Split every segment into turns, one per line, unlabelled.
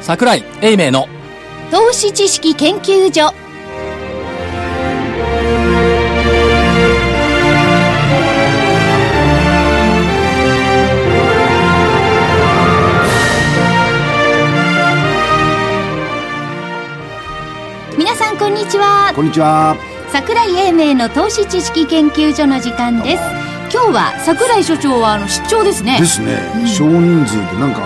桜井英明の
投資知識研究所皆さんこんにちは
こんにちは。
桜井英明の投資知識研究所の時間です今日は桜井所長はあの出張ですね
ですね、少人数でなんか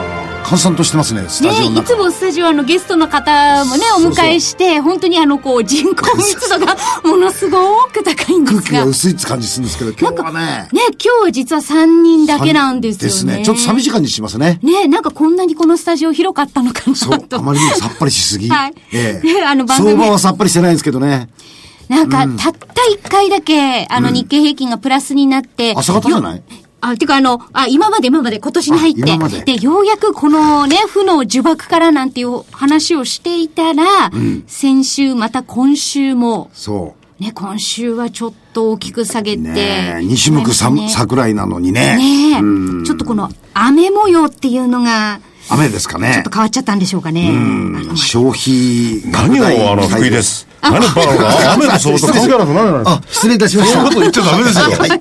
閑散としてますねスタジオの
ね、い
中、
つもスタジオあのゲストの方もねお
そうそう
迎えして本当にあのこう人口密度がものすごく高いんで
空
す
気が
がね
薄いって感じするんですけど今日はね
今日実は3人だけなんですよね
ですねちょっと寂しい感じしま すね
ねなんかこんなにこのスタジオ広かったのか
そ
な
うあ
と
まりにもさっぱりしすぎ、
はい
え
ね
え
あの番組
相場はさっぱりしてないんですけどね
なんかたった1回だけあの日経平均がプラスになって、
朝方じゃない
あ、てかあの、あ、今まで今まで今年に入
あ今ま
っ
で
て、で、ようやくこのね、負の呪縛からなんていう話をしていたら、先週また今週も、
そう
ね、今週はちょっと大きく下げて、
ねえ2種目さ、
ね
桜井なのにね
ねえちょっとこの雨模様っていうのが、
雨ですか
ちょ
ね
っと変わっちゃったんでしょうかね。あの
消費
何をあの福井です。何をバカな雨の 相当気づかなくなるないですか。
あ失礼いたしまし
そう
た
いうこと言っちゃダメですよ
はい、はい、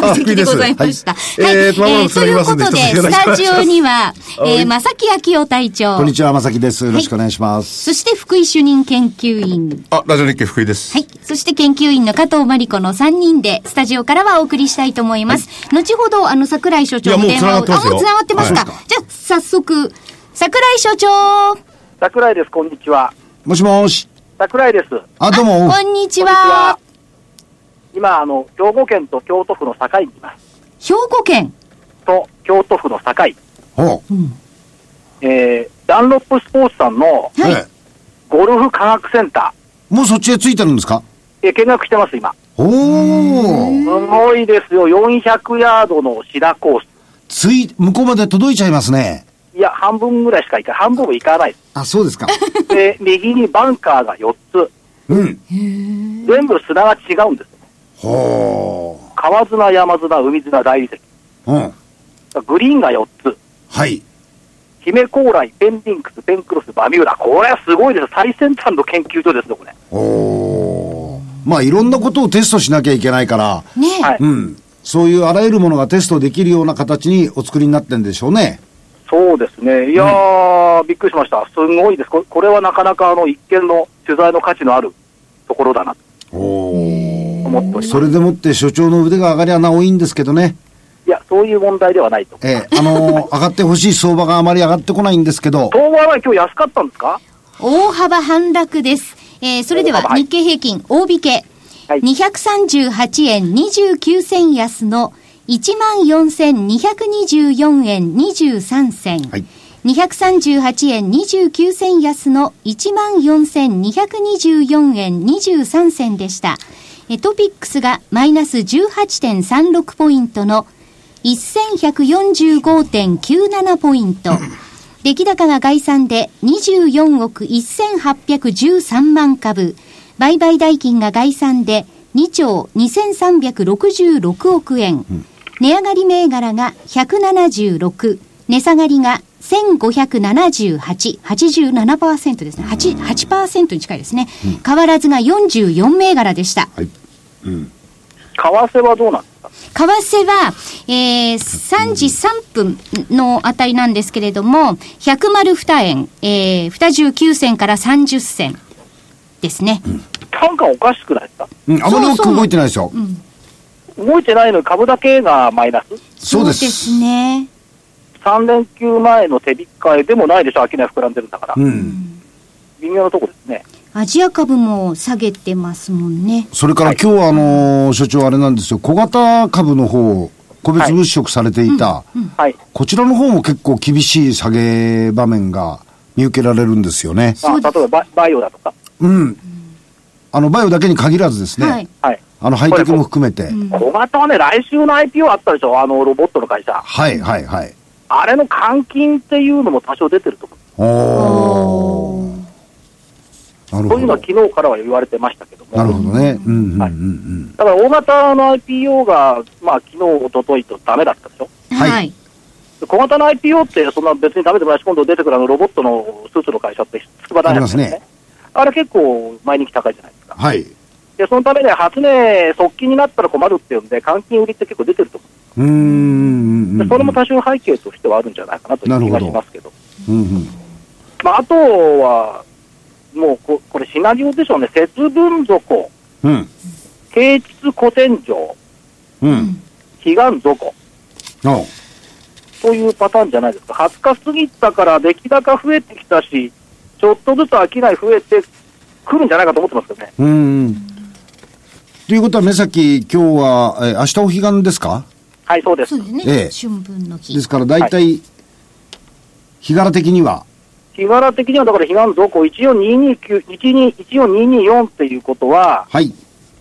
川崎でございました。
あ
は
福井
い。
ですはい
え
え
ー
ーまもなく
ということで、
つなぎますんで
スタジオには、えー、正木昭夫隊長。
こんにちはまさきですよろしくお願いします、
そして福井主任研究員。
あ、ラジオ日経福井です。
はい。そして研究員の加藤真理子の3人で、スタジオからはお送りしたいと思います。後ほど、あの、桜井所長の電話を。
いやもう繋がってます
あ、
よ
もう繋がってますか。
は
じゃあ、早速、桜井所長。
桜井です、こんにちは。
もしもし
桜井です。こんに
あどうも
こんにち
ち
は
は。。今、あの、兵庫県と京都府の境にいます。
兵庫県。
と、京都府の境。
ほう
えー、ダンロップスポーツさんの
はい。
え
ゴルフ科学センタ
えもうそっちへ着いてるんですか
ー、えー見学してます、今。
おお
すごいですよ、400ヤードの白コース。
つい、向こうまで届いちゃいますね。
いや、半分ぐらいしか行かない。半分も行か ないで
あ、そうですか。
す。で、右にバンカーが4つ。
うん。
全部砂が違うんです。
ほ
川砂、山砂、海砂、大理石。
う。うん。
グリーンが4つ。
はい。
姫高麗、ペンディンクス、ペンクロス、バミューダ。これはすごいです。最先端の研究所ですね、これ。
おお。まあ、いろんなことをテストしなきゃいけないから、
ねえ。
はい
うん。そういうあらゆるものがテストできるような形にお作りになってんでしょうね。
そうですね。いやー、びっくりしました。すごいです。ここれはなかなかあの一見の取材の価値のあるところだなと
お
思っておりま
そ
す。
れでもって所長の腕が上がりゃなおいいんですけどね。
いや、そういう問題ではないと。
ええ、あのー上がってほしい相場があまり上がってこないんですけど、
東和は今日安かったんですか
大幅反落です。えー、それでは
大幅はい
日経平均、大引け、
はい
238円29銭安の14,224円23銭。
はい
238円29銭安の14,224円23銭でした。えートピックスがマイナス18.36ポイントの1145.97ポイント。出来高が概算で24億1813万株。売買代金が概算で2兆2366億円。値上がり銘柄が176。値下がりが1578、87%ですね。8、8%に近いですね。変わらずが44銘柄でした。
為替はどうなんですか
為替は、えー、3時3分のあたりなんですけれども、100丸2円、えー、219銭から30銭ですね。
単価おかしくないですか
うん、あまり大きく動いてないですよ。
動いてないのに株だけがマイナス
そうです。
ね。
?3 連休前の手引き換えでもないでしょ、商い膨らんでるんだから。
うん。
微妙なとこですね。
アジア株も下げてますもんね。
それから今日はあのー所長あれなんですよ、小型株の方、個別物色されていた、
はい。
こちらの方も結構厳しい下げ場面が見受けられるんですよね。
まあ、例えばバイバイオだとか。
うん。あの、バイオだけに限らずですね、
はい。
はい。
あの、ハイテクも含めて、
小型はね、来週の IPO あったでしょ、あのロボットの会社、
はいはいはい。
あれの換金っていうのも多少出てると思
おおな
う、
る
そうい
ほ
うのは
ど。
昨日からは言われてましたけども、
なるほどね。うんうんうんうん。
だから大型の IPO が、まあ昨日一昨日とダメだったでしょ、
はい
はい。
小型の IPO って、そんな別にダメでもないし、今度出てくるあのロボットのスーツの会社って、筑波
あ
大学です
りますね
ね。あれ結構、毎日高いじゃないですか。
はい。
で、そのためね、初値、側近になったら困るっていうんで、換金売りって結構出てると思
うーんうん。
う。でそれも多少背景としてはあるんじゃないかなという気
な
が
るほど
しますけど。
うんうん。
まあ、あとは、もうここれシナリオでしょうね。節分底、
うん。
啓蟄古戦場、
うん。
悲願底。
ああ
というパターンじゃないですか、20日過ぎたから出来高増えてきたし、ちょっとずつ商い増えてくるんじゃないかと思ってますけどね、
うんうん。ということは、目先、今日は、えー明日お彼岸ですか
はい、そうで
そ
す
う、ですね、
ええ
春分の日
ですから、大体、日柄的には、
日柄的にはだから、彼岸続行14229 12 14224っていうことは、
はい。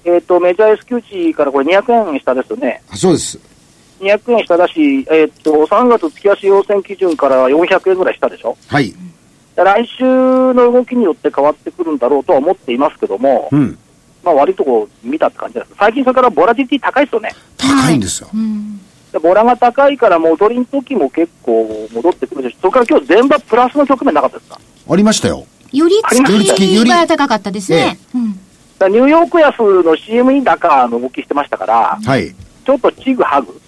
えー、とメジャー S q 値からこれ200円下ですよね、
そうです。
200円下だし、えー、と3月月足要請基準から400円ぐらい下でしょ。
はい。
で来週の動きによって変わってくるんだろうとは思っていますけども、
うん。
まあ悪いとこ見たって感じです。最近それからボラティリティ高いですよね。
高いんですよ。
うん
でボラが高いから戻りの時も結構戻ってくるし、それから今日全場プラスの局面なかったですかだか
ありましたよ。
より
より
付
付
きよ
き
り
が高かったですね。うん
らニューヨーク安の CME 高の動きしてましたから、
はい。
ちょっとチグハグ、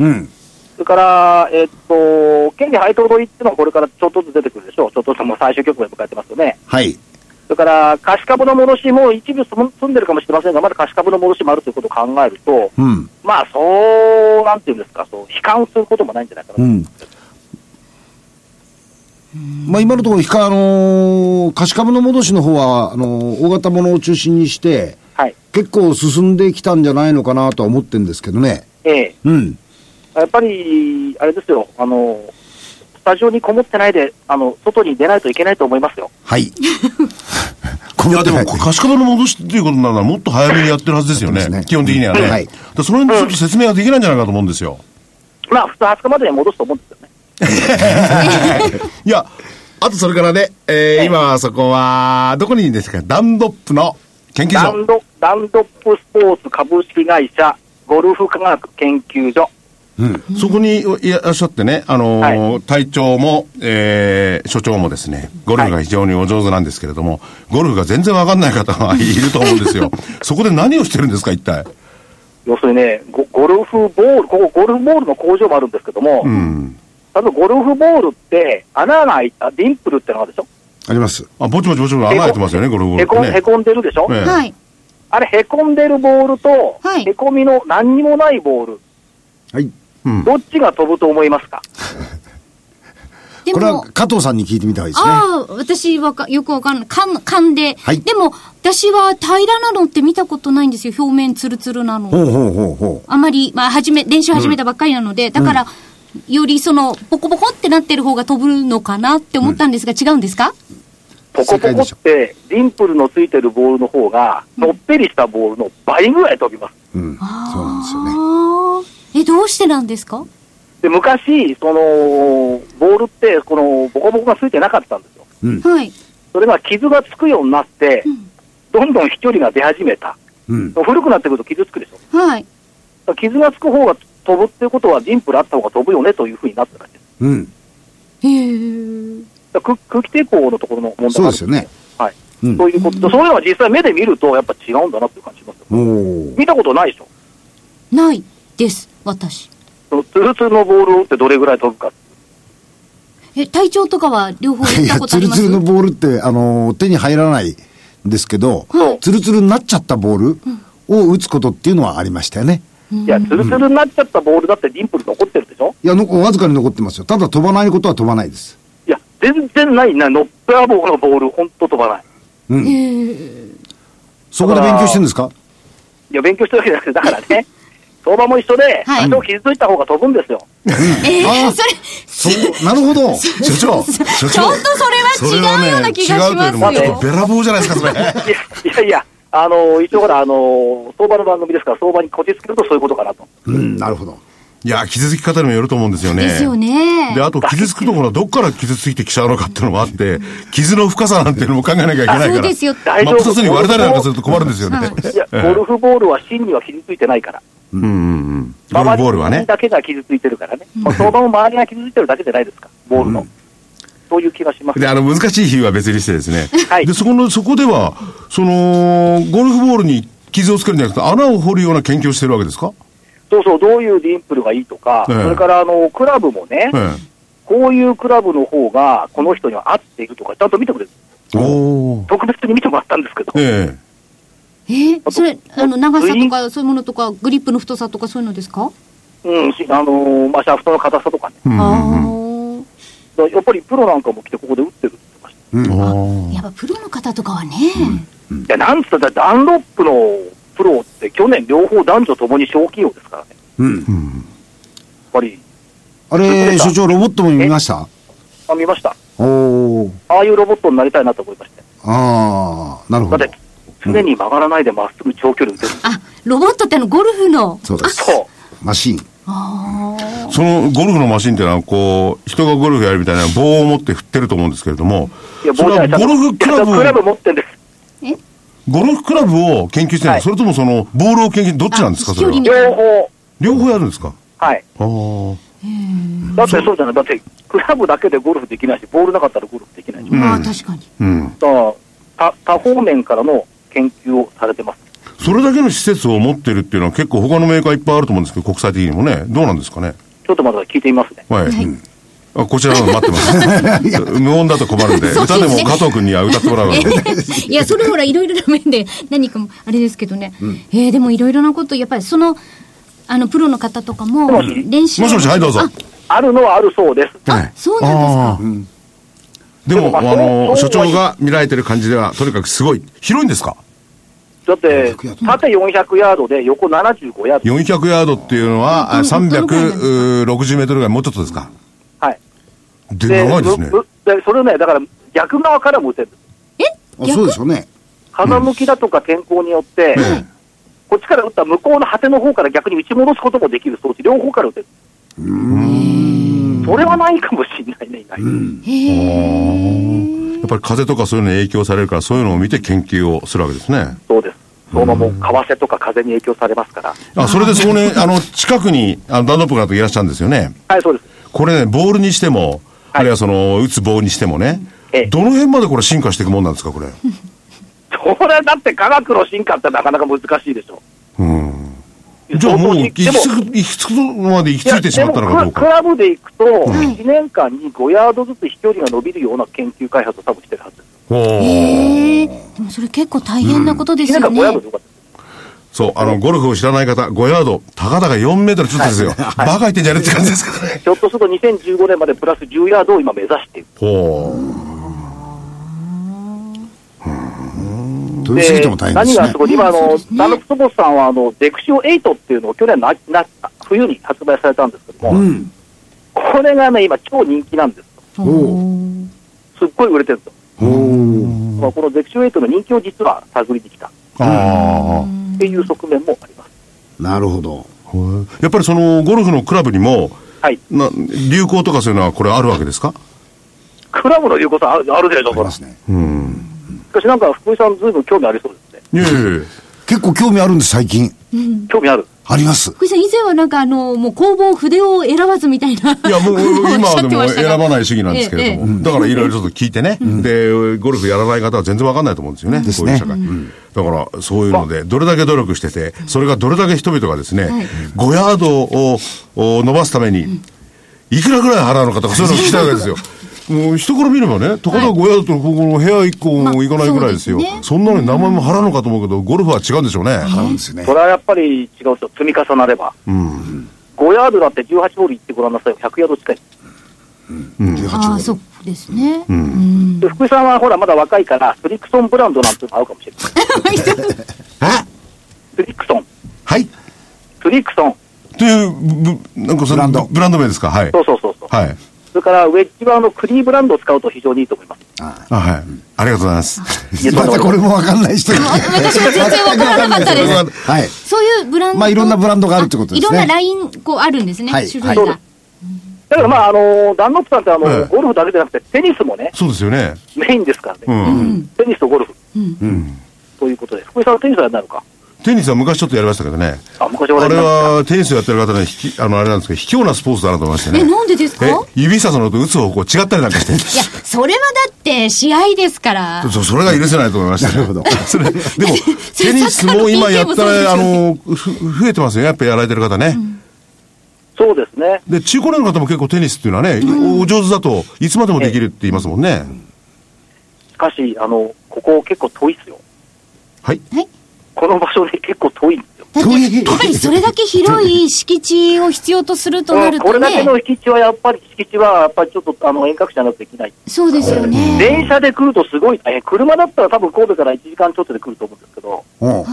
うん。
それから、えっと、権利配当取りっていうのはこれからちょっとずつ出てくるでしょう。ちょっとずつもう最終局面迎えてますよね。
はい。
それから、貸し株の戻しも一部済んでるかもしれませんが、まだ貸し株の戻しもあるということを考えると、
うん。
まあ、そう、なんていうんですか、そう、悲観することもないんじゃないかなと。
うん。まあ今のところ、ひか、あのー貸し株の戻しの方は、あのー大型物を中心にして、
はい。
結構進んできたんじゃないのかなとは思ってるんですけどね。
ええ
うん。
やっぱり、あれですよ、あの、スタジオにこもってないで、あの、外に出ないといけないと思いますよ。
はい。
いやでも、貸し株の戻しっていうことなら、もっと早めにやってるはずですよ
やっ
ね
てます。ね
基本的にはね。
はい
だからその辺でちょっと説明ができないんじゃないかと思うんですよ。
まあ、普通20日までに戻すと思うんですよね。
いや、あとそれからね、えー、今そこは、どこにいるんですかダンドップの研究
ラ
所
ン。ド、ランドップスポーツ株式会社、ゴルフ科学研究所。
そこにいらっしゃってね、あのー隊長も、えー所長もですね、ゴルフが非常にお上手なんですけれども、ゴルフが全然わかんない方がいると思うんで すよ。そこで何をしてるんですか、一体。
要するにね、ゴゴルフボール、ここゴルフボールの工場もあるんですけども、
うん。
例えばゴルフボールって、穴が開いた、ディンプルってのがあるでしょ
あります。
あ、ぼちぼちぼちぼち穴開いてますよね、ゴルフボール
へこん、
って
へ
ね。
こんでるでしょ、
ええ
はい。
あれ、へこんでるボールと、
はい
へこみの何にもないボール、
はい。
うん。
どっちが飛ぶと思いますか
で
これは
も、
加藤さんに聞いてみた方がいいですね。
ああ、私はかよくわかんない。かん、噛んで。
はい
でも、私は平らなのって見たことないんですよ。表面ツルツルなの。
ほうほうほうほ
あまり、まあ、始め、練習始めたばっかりなので、だから、よりその、ポコポコってなってる方が飛ぶのかなって思ったんですが、違うんですか
ポコポコって、ディンプルのついてるボールの方が、のっぺりしたボールの倍ぐらい飛びます。
う。うん。そうなんですよね。
ああ。え、どうしてなんですか
で、昔、その、ボールって、この、ボコボコがついてなかったんですよ。
うん。
はい。
それが傷がつくようになって、どんどん飛距離が出始めた。
うん。
古くなってくると傷つくでしょ。だ
はい。
から傷がつく方が飛ぶっていうことは、ディンプルあった方が飛ぶよねというふうになってたんです。
うん。
へえ。
だから空空気抵抗のところの問題
そう
が
で
ある
すよね。
はい。
うん
そういうこと。そういうのは実際目で見ると、やっぱ違うんだなっていう感じしますよ。
おお。
見たことないでしょ。
ないです、私。
そのツルツルのボールを打ってどれぐらい飛ぶか。
え、体調とかは両方行
い
った
や、
ことあ
ツ
り
ル
ます
ツルのボールって、あのー手に入らないんですけど、ツルツルになっちゃったボールを打つことっていうのはありましたよね。
いや、ツルツルになっちゃったボールだってディンプル残ってるでしょ
いや、のわずかに残ってますよ。ただ飛ばないことは飛ばないです。
いや、全然ないな、ノッペアボーのボール、ほんと飛ばない。
そこで勉強してるんですか
いや、勉強してるわけじゃなくて、だからね、相場も一緒で、
はい
多少傷ついた方が飛ぶんですよ。
えー
あー
それ、
そう、なるほど。
所長、所
ちょ
長
っ。とそれは違うような気がします
それはね違うというよりも、ちょ
よ
っと。べらぼうじゃないですか、それ。
いやいやいや、あの、一応ほら、あの、相場の番組ですから、相場にこじつけるとそういうことかなと。
うん、なるほど。
いや、傷つき方にもよると思うんですよね。
ですよね
で、あと、傷つくところはどっから傷ついてきちゃうのかっていうのもあ って、傷の深さなんていうのも考えなきゃいけないから。
そうですよ
真っ二つに割れたりなんかすると困るんですよね。
いや、ゴルフボールは芯には傷ついてないから。
うんうんうん。ゴル
周
フ
り
ボールはね。
だけが傷ついてるからね。まあ、相場も周りが傷ついてるだけじゃないですか、ボールの。そういう気がします。
で、あの、難しい比喩は別にしてですね。
はい
で、そこの、そこでは、その、ゴルフボールに傷をつけるんじゃなくて、穴を掘るような研究をしてるわけですか
そうそう、どういうディンプルがいいとか、
ええ
それからあのクラブもね、
え
こういうクラブの方がこの人には合っているとか、ちゃんと見てくれる。
え。おー。
特別に見てもらったんですけど、
え
えーそれ、あの、長さ
グリー
と
ン
か、そういうものとか、グリップの太さとか、そういうのですか
うんしあのーまあ、シャフトの硬さとかね、
え。うんうん
あ
だからやっぱりプロなんかも来て、ここで打ってるって言っ
う
てまし
ん。
あ。
おー
やっぱプロの方とかはね、
た。いや、なんつったって、ダンロップのプロって、去年、両方男女ともに賞金王ですからね、や
うん。
うん。
っぱり、
あれ、所長、ロボットも見ました
あ見ました、
おー。
ああいうロボットになりたいなと思いましたよ
ああ、なるほ
だ
ど
って。、常に曲がらないでまっすぐ長距離打てる、
あ、ロボットってあの、ゴルフの。
そうです。
そう、
マシーン。
ああ。
そのゴルフのマシンっていうのは、こう、人がゴルフやるみたいな棒を持って振ってると思うんですけれども、
いや、
それは
ちゃんと
ゴルフクラブ
いやクラブ持ってんです。
え
ゴルフクラブを研究してるの、
はい
それともその、ボールを研究、どっちなんですか、
あ
それ
飛距離
は
に。
両方。
両方やるんですか
はい。
ああ。
だってそうじゃない。だって、クラブだけでゴルフできないし、ボールなかったらゴルフできないし。
まあ、確かに。
うん。
だから多多方面からの研究をされてます。
それだけの施設を持ってるっていうのは結構他のメーカーいっぱいあると思うんですけど、国際的にもね。どうなんですかね
ちょっとまだ聞いてみますね。
はい。
はい
うんあこちらの待ってます。 無音だと困るんで、
そうです
歌
ね
でも加藤君には歌ってもらうので。
いや、それほら、いろいろな面で、何かも、あれですけどね。えーでもいろいろなこと、やっぱりその、あの、プロの方とかも、練習
もしもし、はい、どうぞ。
あ
あるのはあるそうです。
あそうなんですか。
ですか。でも、あ
でもま
の、
あ
所長が見られてる感じでは、とにかくすごい。広いんですか
だって、縦400ヤードで横75ヤード。
?400 ヤードっていうのは、
ど
あ
のどのぐらいなんですか
360メートルぐらい、もうちょっとですか。
はい。
で、長いですね。
ぶぶでそれね、だから逆側からも打てる。
あそうですよね。
風向きだとか天候によって、
え
こっちから打った向こうの果ての方から逆に打ち戻すこともできる装置、両方から打てる。それはないかもしれないね、意外に。
えやっぱり風とかそういうのに影響されるから、そういうのを見て研究をするわけですね。
そうです。相場も為替とか風に影響されますから。
あ、それでそこね、あの、近くに、あの、ダンドップがいらっしゃるんですよね。
はい、そうです。
これね、ボールにしても、
はい
あるいはその、打つ棒にしてもね、
ええ
どの辺までこれ進化していくもんなんですか、これ。
それだって科学の進化ってなかなか難しいでしょ。
うん。
う
じゃあもう、
で
行き着く、行き着くまで行き着いてしまったのかどうか。
いやでもクラクラブで行くと、1年間に5ヤードずつ飛距離が伸びるような研究開発を多分してるはずです。
おー
ええでもそれ結構大変なことで
1
す
年
よ
間
ね。
5ヤードでよかったです。
そう、あの、ゴルフを知らない方、5ヤード、たかだか4メートルちょっとですよ。バカ言ってんじゃねえって感じですからね。
ひょっとすると2015年までプラス10ヤードを今目指している。
ほう。
飛びすぎても大変で
何
す
が
ね
す。ごい、今、あ
そう
の
です、ね
ダノプソボスさんは、あの、デクシオ8っていうのを去年の秋な冬に発売されたんですけども、
うん。
これがね、今超人気なんですよ。
おー
すっごい売れてるんです
おお。
よ。まあ、このゼクシュエイトの人気を実は探りに来たっ
ああ。
ていう側面もあります。
なるほど。
ほうやっぱりその、ゴルフのクラブにも、
はい。
な、流行とかそういうのはこれあるわけですか
クラブの有効さあるあるじゃない
ありま
ですすか。
ね。
うん。
しかしなんか福井さんずいぶん興味ありそうですね。
いやいやいや
結構興味あるんです、最近。
興味ある。
あります。
福井さん、以前はなんかあの、もう工房筆を選ばずみたいな。
いや、も う、
おっ
今
しゃっ
はで
てま
も
した
選
が
ばない主義なんですけれど
ええええ
も、だからいろいろちょっと聞いてね、で、ゴルフやらない方は全然わかんないと思うんですよね、
です
こういう
ね
社会。だから、そういうので、どれだけ努力してて、それがどれだけ人々がですね、5ヤードをお伸ばすために、いくらぐらい払うのかとか、そういうのを聞きたいわけですよ。もう人から見ればね、ところが5ヤードとここの部屋1個も行かないぐらいですよ
まあそうですね。
そんなのに名前も払うのかと思うけど、ゴルフは違うんでしょうね。
あるんですよね
そ。れはやっぱり違う人、積み重なれば。5ヤードだって18ボール行ってごらんなさいよ。100ヤード近い。
ああ、
18
そ
号。
うですね。
で、福井さんはほらまだ若いから、スリクソンブランドなんていうの合うかもしれない。
あ
スリクソン。
はい。
スリクソン。
という、ぶなんかその
ブランド
ブランド名ですかはい
そ。うそうそうそう。
はい。
それから、ウェッジはあの、クリーブランドを使うと非常にいいと思います。
あ、はい。ありがとうございます。
いや
またこれもわかんない 人が。
私も全然わからなかったです。
はい。
そういうブランドと。
まあいろんなブランドがあるってことですね
あいろんなライン、こうあるんですね、
はい
種類
そ
が。
うですだからまあ、あの、ダンロップさんってあの、
ええ
ゴルフだけじゃなくて、テニスもね、
そうですよね。
メインですからね。
うん。
テニスとゴルフ。
うん。
ということで、福井さんはテニスはやらないのか。
テニスは昔ちょっとやりましたけどね。
あ昔
あ
俺
れはテニスをやってる方ね、ひきあの、あれなんですけど、卑怯なスポーツだなと思いましてね。
えなんでですか
え指さすのと打つ方向違ったりなんかして。
いや、それはだって試合ですから。
そそれが許せないと思いました。なるほど。 それ、でも、テニスも今やったら、あの、ふ増えてますよね。やっぱやられてる方ね。
そうですね。
で、中高年の方も結構テニスっていうのはね、お上手だといつまでもできるって言いますもんね。
しかし、あの、ここ結構遠いですよ。
はい。
はい。
この場所で結構遠いんですよ。
だって、やっぱりそれだけ広い敷地を必要とするとなる
ことれだけ
ね。
の敷地はやっぱり、敷地はやっぱりちょっとあの遠隔じゃなくてできない。
そうですよね。
電車で来るとすごい大変。車だったら多分神戸から1時間ちょっとで来ると思うんですけど、
おう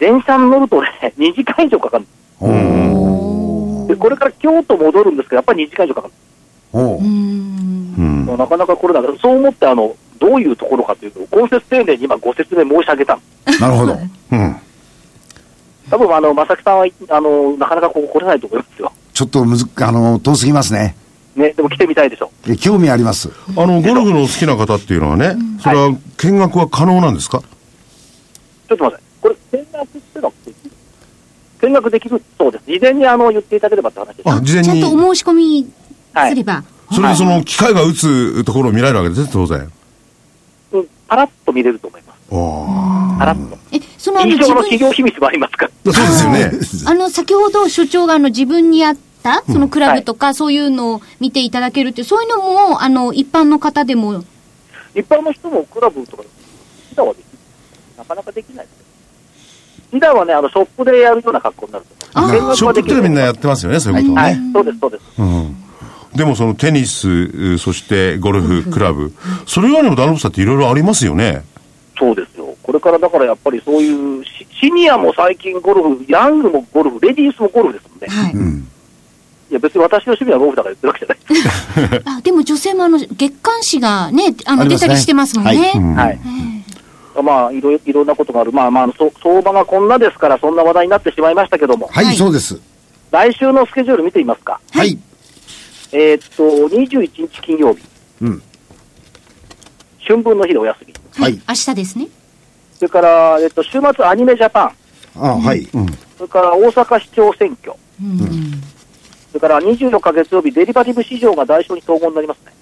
電車に乗るとね、2時 間以上かかるんで
お
すで
ー
これから京都戻るんですけど、やっぱり2時間以上かかるんで
おう
うーん。
うん
す。もうなかなかこれだから、そう思ってあの、どういうところかというと、今節丁寧に今ご説明申し上げたんです
なるほど。
うん。
多分あの、正木さんは、あの、なかなかここ来れないと思いますよ。
ちょっとむず、あの、遠すぎますね。
ね、でも来てみたいでしょ。
え興味あります。
あの、ゴルフの好きな方っていうのはね、それは見学は可能なんですか
ちょっと待って、これ、見学っていうのはできる、見学できるそうです。事前にあの言っていただければって話です。
あ、事前
ちゃん
に
と。お申し込みすれば。
それでその機械が打つところを見られるわけですね、当然。
うん、パラッと見れると思います。パラッと。
え、そのあの
印
自
象の
分
企業秘密もありますから。
そうですよね。
あの、先ほど所長があの自分に合った、そのクラブとかそういうのを見ていただけるって、そういうのも、あの、一般の方でも、
一般の人もクラブとか、飛騨はできる。なかなかできないですよ。飛騨はね、あの、ショップでやるような格好になると
あ
思う。見
ショッ
学
プ
はで
っ
き
て
る。
みんなやってますよね、そういうことをね。
はい、そうです、そうです。
でもそのテニス、うそしてゴルフ、クラブ、それ以外にもダノブスターっていろいろありますよね。
そうですよ。これからだからやっぱりそういうシ、シニアも最近ゴルフ、ヤングもゴルフ、レディースもゴルフですもんね。
はい。
いや、別に私の趣味はゴルフだから言ってるわけじゃないです。
あ、でも女性もあの、月刊誌がね、あの、
あり
出た
ますね
りしてますもんね。
はい
うん
はい。まあ、いろいろいろんなことがある。まあまあそ、相場がこんなですから、そんな話題になってしまいましたけども、
はい、
はい
そうです。
来週のスケジュール見てみますか。
はい。
えーっと、21日金曜日。
うん
春分の日でお休み。
は
はいい。
明日ですね。
それから、えっと、週末アニメジャパン。
あはい。
それから大阪市長選挙。
うん。
それから24日月曜日、デリバティブ市場が代償に統合になりますね。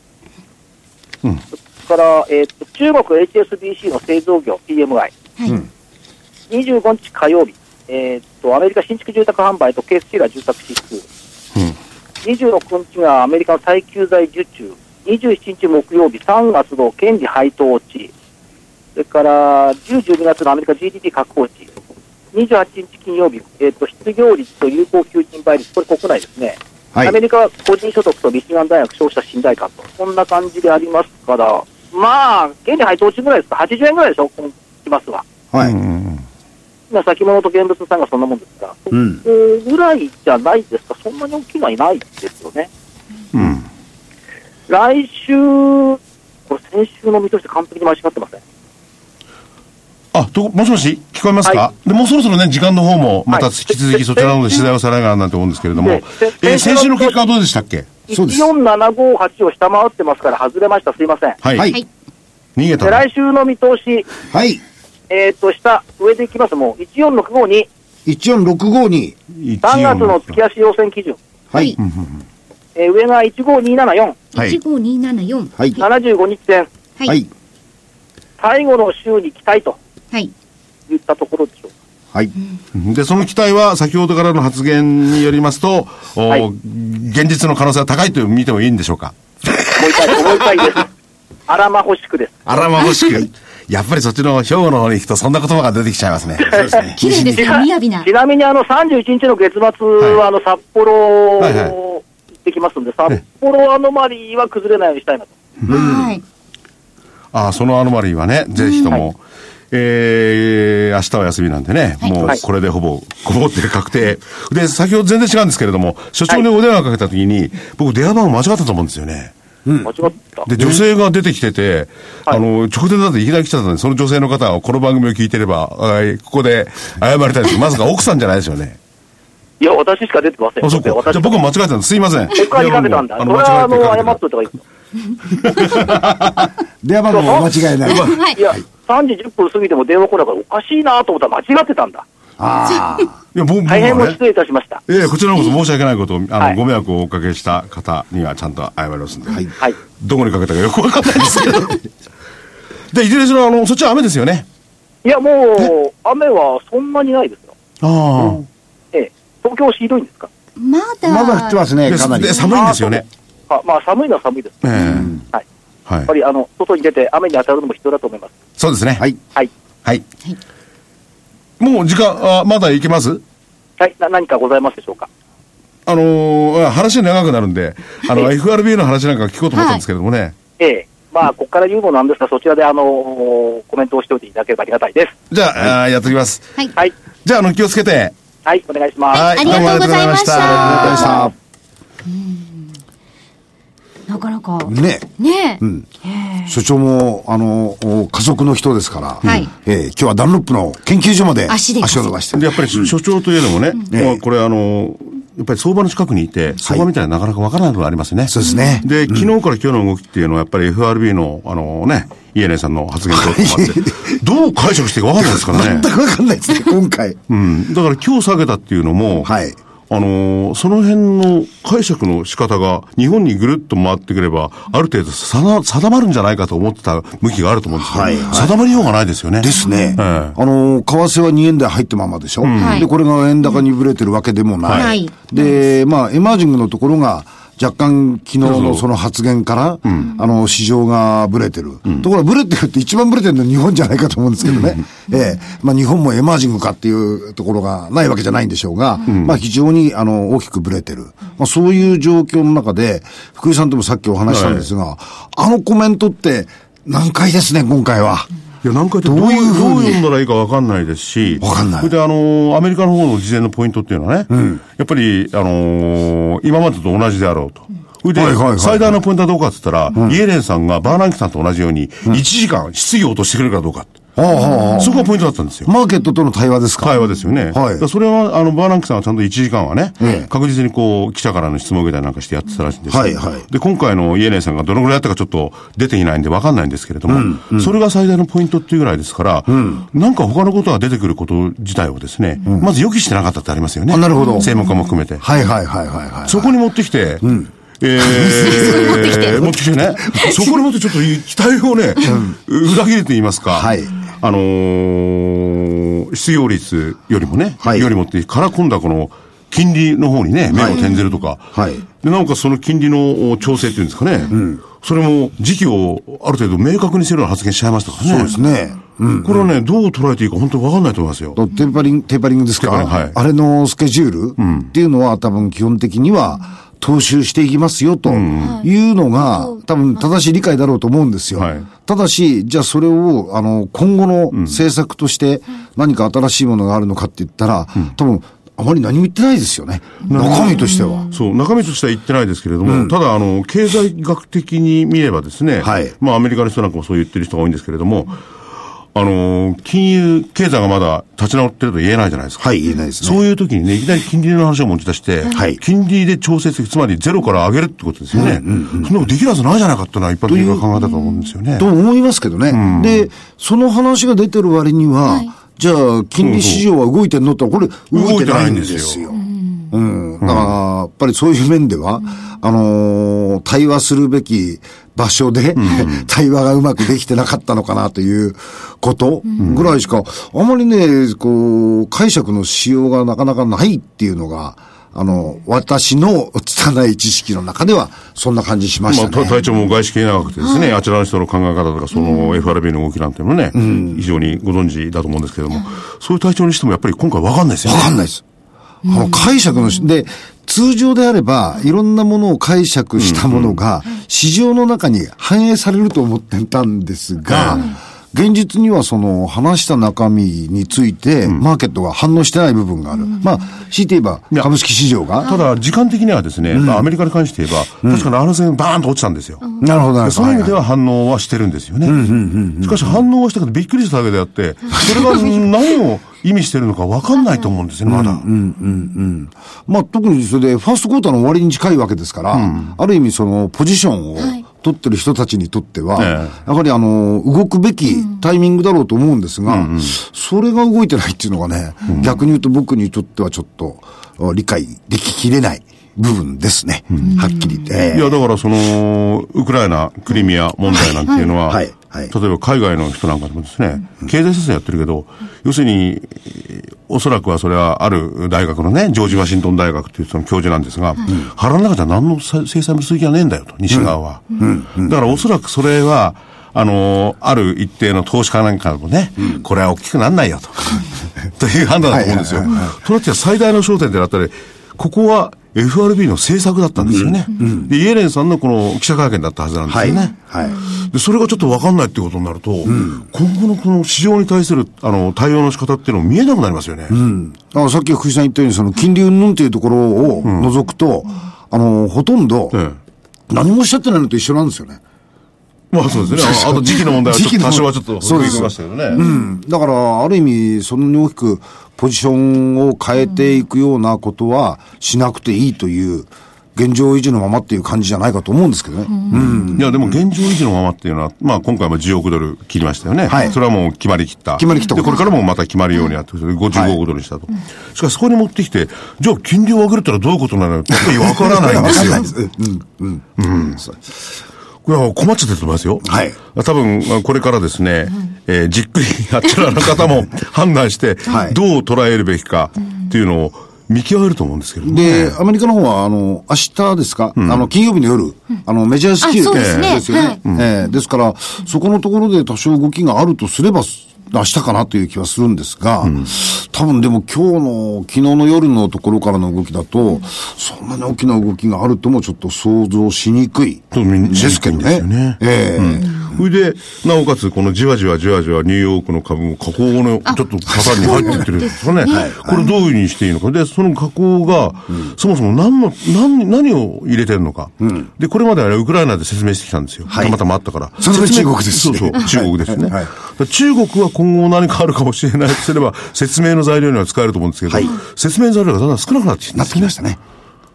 うん
それから、えっと、中国 HSBC の製造業 PMI。
はい。
25日火曜日、えーっと、アメリカ新築住宅販売とケースシーラー住宅指数、26日がアメリカの耐久財受注、27日木曜日、3月の権利配当落ち、それから10、12月のアメリカ GDP 確保値、28日金曜日、えーっと、失業率と有効求人倍率、これ国内ですね。
はい
アメリカは個人所得とミシガン大学消費者信頼感と、こんな感じでありますから、まあ、権利配当値ぐらいですか、80円ぐらいでしょ、今期末は。
はい。
まあ先物と現物さんがそんなもんですから、そ
う
こ
ん
ぐらいじゃないですか、そんなに大きいのはいないですよね。
うん。
来週、これ、先週の見通しで完璧に間違ってません。
あ、と、もしもし、聞こえますか、
は
でもうそろそろね、時間の方も、また
はい
引き続きそちらの方で取材をされながらなんて思うんですけれども、
ね
えー
先週
先週の
の
結果はどうでしたっけ
そうです
14758を下回ってますから、外れました、すいません。
はい。
はい
はい。
逃げた
で、
の
来週の見通し、
はい。
えっ、と、下、上でいきます、もう、1465に、
14652。
一応
3月の月足要線基準、
はい。
えー上が15274、
はい
15274。
はい。
75日線、
は。い。
最後の週に期待と
はい。
いったところでしょう。
はい。
で、その期待は先ほどからの発言によりますと、お
はい
現実の可能性は高いと見てもいいんでしょうか
もう一回、もう一回です。 あらまほしくです。
あらまぶしく。 やっぱりそっちの兵庫の方に行くとそんな言葉が出てきちゃいますね。そうですね。
綺麗ですね。雅な
ち。なみにあの31日の月末は、
はい
あの札幌、
はいはい
行ってきますんで、札幌アノマリーは崩れないようにしたいなと。
はい。
ああ、そのアノマリーはね、ぜひとも、えー、明日は休みなんでね、
はい
もう
はい
これでほぼ、ごぼって確定。で、先ほど全然違うんですけれども、所長にお電話かけた時に、僕電話番号間違ったと思うんですよね。
間違った。
で、女性が出てきてて、
はい
あの、直前だっていきなり来ちゃったんで、その女性の方はこの番組を聞いてれば、はいここで謝りたいです。まさか奥さんじゃないですよ ね。
いや、私しか出てません。
あ、そっか。じゃ
私
あ僕は間違えたんです。すいません。
他にかけたんだ。
いや
それ
僕
は、あ
あの、
の、
間違えて
謝
か
っといた方がいいですよ。
電話番号は間違いない。
はい
い。や、3時10分過ぎても電話来ないからおかしいなと思ったら間違ってたんだ。
ああ。
いや、僕僕は
大変も
ね
失、礼いたしました。
ええこちらこそ申し訳ないことを、あの、
はい
ご迷惑をおかけした方にはちゃんと謝りますんで、
はい。
どこにかけたかよくわかんないですけ ど。で、いずれにしろ、あの、そっちは雨ですよね。
いや、もう、雨はそんなにないですよ。
ああ。
ええ。東京市ひどいんですか
まだ、
まだ降ってますね、かなり
で、。寒いんですよね。
あまあ、寒いのは寒いです。
ええ
はい。
は
やっ
い
ぱ。り、あの、外に出て雨に当たるのも必要だと思います。
そうですね。
はい。
はい。
はい。もう時間、あまだいけます
はい。な何かございますでしょうか
あのー話長くなるんで、あの、
ええ
FRB の話なんか聞こうと思ったんですけどもね。
ええ。まあ、ここから言うのなんですが、そちらで、あの、コメントをしておいていただければありがたいです。
じゃあ、あーやっておきます。
はい。
はい。
じゃあ、あの、気をつけて。
はい、お願いします。
はい
ありがとうございました
どうもありがとうございました
わかりました。
なかなか。
ね
ねえ。
所長も、あの、お加速の人ですから、
はい
えー今日はダンロップの研究所まで
足で加
足
速
を伸ばして
で、。やっぱり、所長というのもね、まあこれ、あのーやっぱり相場の近くにいて、相場みたいななかなかわからない部分ありますね。
そうですね
で、昨日から今日の動きっていうのは、やっぱり FRB の、あのね、イエレンさんの発言とかもあって、どう解釈していいかわかんないですから ね。
全くわかんないですね、今回。
うん。だから今日下げたっていうのも、
はい
あのーその辺の解釈の仕方が日本にぐるっと回ってくれば、ある程度さな定まるんじゃないかと思ってた向きがあると思うんですけど、
はいはい
定まりようがないですよね。
ですね。
ええ
あの、為替は2円台入ったままでしょ。
はい
で、これが円高にぶれてるわけでもない。
はい
で、まあ、エマージングのところが、若干昨日のその発言から、あの、市場がぶれてる。ところがぶれてるって一番ぶれてるのは日本じゃないかと思うんですけどね。ええ。まあ、日本もエマージングかっていうところがないわけじゃないんでしょうが、まあ、非常に、あの、大きくぶれてる。まあ、そういう状況の中で、福井さんともさっきお話ししたんですが、あのコメントって、難解ですね、今回は。
いや、なんかどう
どうい
いうう、
ふう
ど
に
う読んだらいいかわかんないですし。
わかんない
それで、あのーアメリカの方の事前のポイントっていうのはね、やっぱり、あのー今までと同じであろうと。それで、
はいはいはいはい
最大のポイントはどうかって言ったら、イエレンさんがバーナンキさんと同じように、1時間質疑応答してくれるかどうかって。
はあはあはあ
そこがポイントだったんですよ。
マーケットとの対話ですか
会話ですよ
は
ね。
い
だからそれは、あの、バーランキさんはちゃんと1時間はね、
ええ
確実にこう、記者からの質問を受けたりなんかしてやってたらしいんですけど、
はいはい
で、今回のイエレンさんがどのぐらいやったかちょっと出ていないんでわかんないんですけれども、それが最大のポイントっていうぐらいですから、なんか他のことが出てくること自体をですね、まず予期してなかったってありますよね。
あなるほど
専門家も含めて。
はいはいはいはいはい。
そこに持ってきて、え
持ってきて
ー、持ってきて ね。そこに持ってちょっと期待をね、裏切ると言いますか、
はい
あのー、失業率よりもね、
はい
よりもって、から今度はこの、金利の方にね、目を転ずるとか、
はい
で、なおかつその金利のお調整っていうんですかね、それも時期をある程度明確にするような発言しちゃいましたからね。
そうですね。うん。
これはね、どう捉えていいか本当にわかんないと思いますよ。
とテーパリング、テーパリングですか、
テーパリングはい
あれのスケジュールっていうのは、多分基本的には、踏襲していきますよというのが、多分正しい理解だろうと思うんですよ。
はい
ただし、じゃあそれを、あの、今後の政策として何か新しいものがあるのかって言ったら、多分、あまり何も言ってないですよね。中身としては。
そう、中身としては言ってないですけれども、ただ、あの、経済学的に見ればですね、
はい
まあ、アメリカの人なんかもそう言ってる人が多いんですけれども、あの、金融、経済がまだ立ち直ってると言えないじゃないですか。
はい、言えないですね。
そういう時にね、いきなり金利の話を持ち出して、
はい
金利で調整する、つまりゼロから上げるってことですよね。そんなことできるはずないじゃないかっていうのは一般的な考えだと思うんですよね。
と思いますけどね。で、その話が出てる割には、じゃあ、金利市場は動いてんのって、これ、動いてないんですよ。うん。だから、やっぱりそういう面では、あのー対話するべき場所で、 対話がうまくできてなかったのかなということぐらいしか、あまりね、こう、解釈のしようがなかなかないっていうのが、あの、私の 拙い知識の中では、そんな感じしまし
ま
た
あ、
ね。
た体調も外資系長くてですね、あちらの人の考え方とか、その FRB の動きなんていうのね、非常にご存知だと思うんですけれども、そういう体調にしてもやっぱり今回わかんないですよね
わ。かんないです。あの、解釈のし、で、通常であれば、いろんなものを解釈したものが、市場の中に反映されると思ってたんですが、現実にはその話した中身について、マーケットが反応してない部分がある。まあ、強いて言えば、
や
株式市場が。
ただ、時間的にはですね、まあアメリカに関して言えば、確かにあの線バーンと落ちたんですよ。
なるほど、なるほど。
その意味では反応はしてるんですよね。しかし反応はしたけどびっくりしただけであって、それが何を意味してるのか分かんないと思うんですよね、まだ。
まあ、特にそれで、ファーストクォーターの終わりに近いわけですから、ある意味その、ポジションを取ってる人たちにとっては、やはりあの、動くべきタイミングだろうと思うんですが、それが動いてないっていうのがね、逆に言うと僕にとってはちょっと理解でききれない。部分ですね。はっきり言って。。
いや、だからその、ウクライナ、クリミア問題なんていうのは、例えば海外の人なんかでもですね、経済制裁やってるけど、要するに、おそらくはそれはある大学のね、ジョージ・ワシントン大学というその教授なんですが、腹の中じゃ何の制裁も続きはねえんだよと、西側は。だからおそらくそれは、あの、ある一定の投資家なんかもね、これは大きくなんないよと、 という判断だと思うんですよ。となって最大の焦点であったり、ここは FRB の政策だったんですよね、うんうん、で、イエレンさんのこの記者会見だったはずなんですよね。はいはい、で、それがちょっとわかんないっていうことになると、うん、今後のこの市場に対する、あの、対応の仕方っていうの見えなくなりますよね。うん
あさっき福井さん言ったように、その、金利云々っていうところを除くと、あの、ほとんど、何もおっしゃってないのと一緒なんですよね。
まあそうですね。あと時期の問題はちょっと多少はちょっとそうですましたけどね。。
うん。だから、ある意味、そんなに大きくポジションを変えていくようなことはしなくていいという、現状維持のままっていう感じじゃないかと思うんですけどね。うん
うん、いや、でも現状維持のままっていうのは、まあ今回も10億ドル切りましたよね。はい。それはもう決まりきった。
決まりきった
で、これからもまた決まるようになって、それで55億ドルにしたと。はい、しかしそこに持ってきて、じゃあ金利を上げるってのはどういうことなのよってわからないんですよ。わかんないです。うん。うん。うんこれは困っちゃってると思いますよ。はい。多分、これからですね、うん、えー、じっくりあちらの方も判断して、はい、どう捉えるべきかっていうのを見極めると思うんですけどね。
で、アメリカの方は、あの、明日ですか、うん、あの、金曜日の夜、あの、メジャースキルですよね。ええですから、そこのところで多少動きがあるとすれば、明日かなという気はするんですが、うん、多分でも今日の、昨日の夜のところからの動きだと、うん、そんなに大きな動きがあるともちょっと想像しにくいですけどね。ねええ
それで、なおかつ、このじわじわじわじわニューヨークの株も下降の、ちょっとパターンに入ってってるんですかね。はい、これどういうふうにしていいのか。で、その下降が、そもそも何の、何、何を入れてるのか。うん、で、これまであれ、ウクライナで説明してきたんですよ。はい、たまたまあったから。
それが中国です
ね。そうそう、中国ですね。はい、中国は今後何かあるかもしれないとすれば、説明の材料には使えると思うんですけど、説明材料がだんだん少なくなってき
なってきましたね。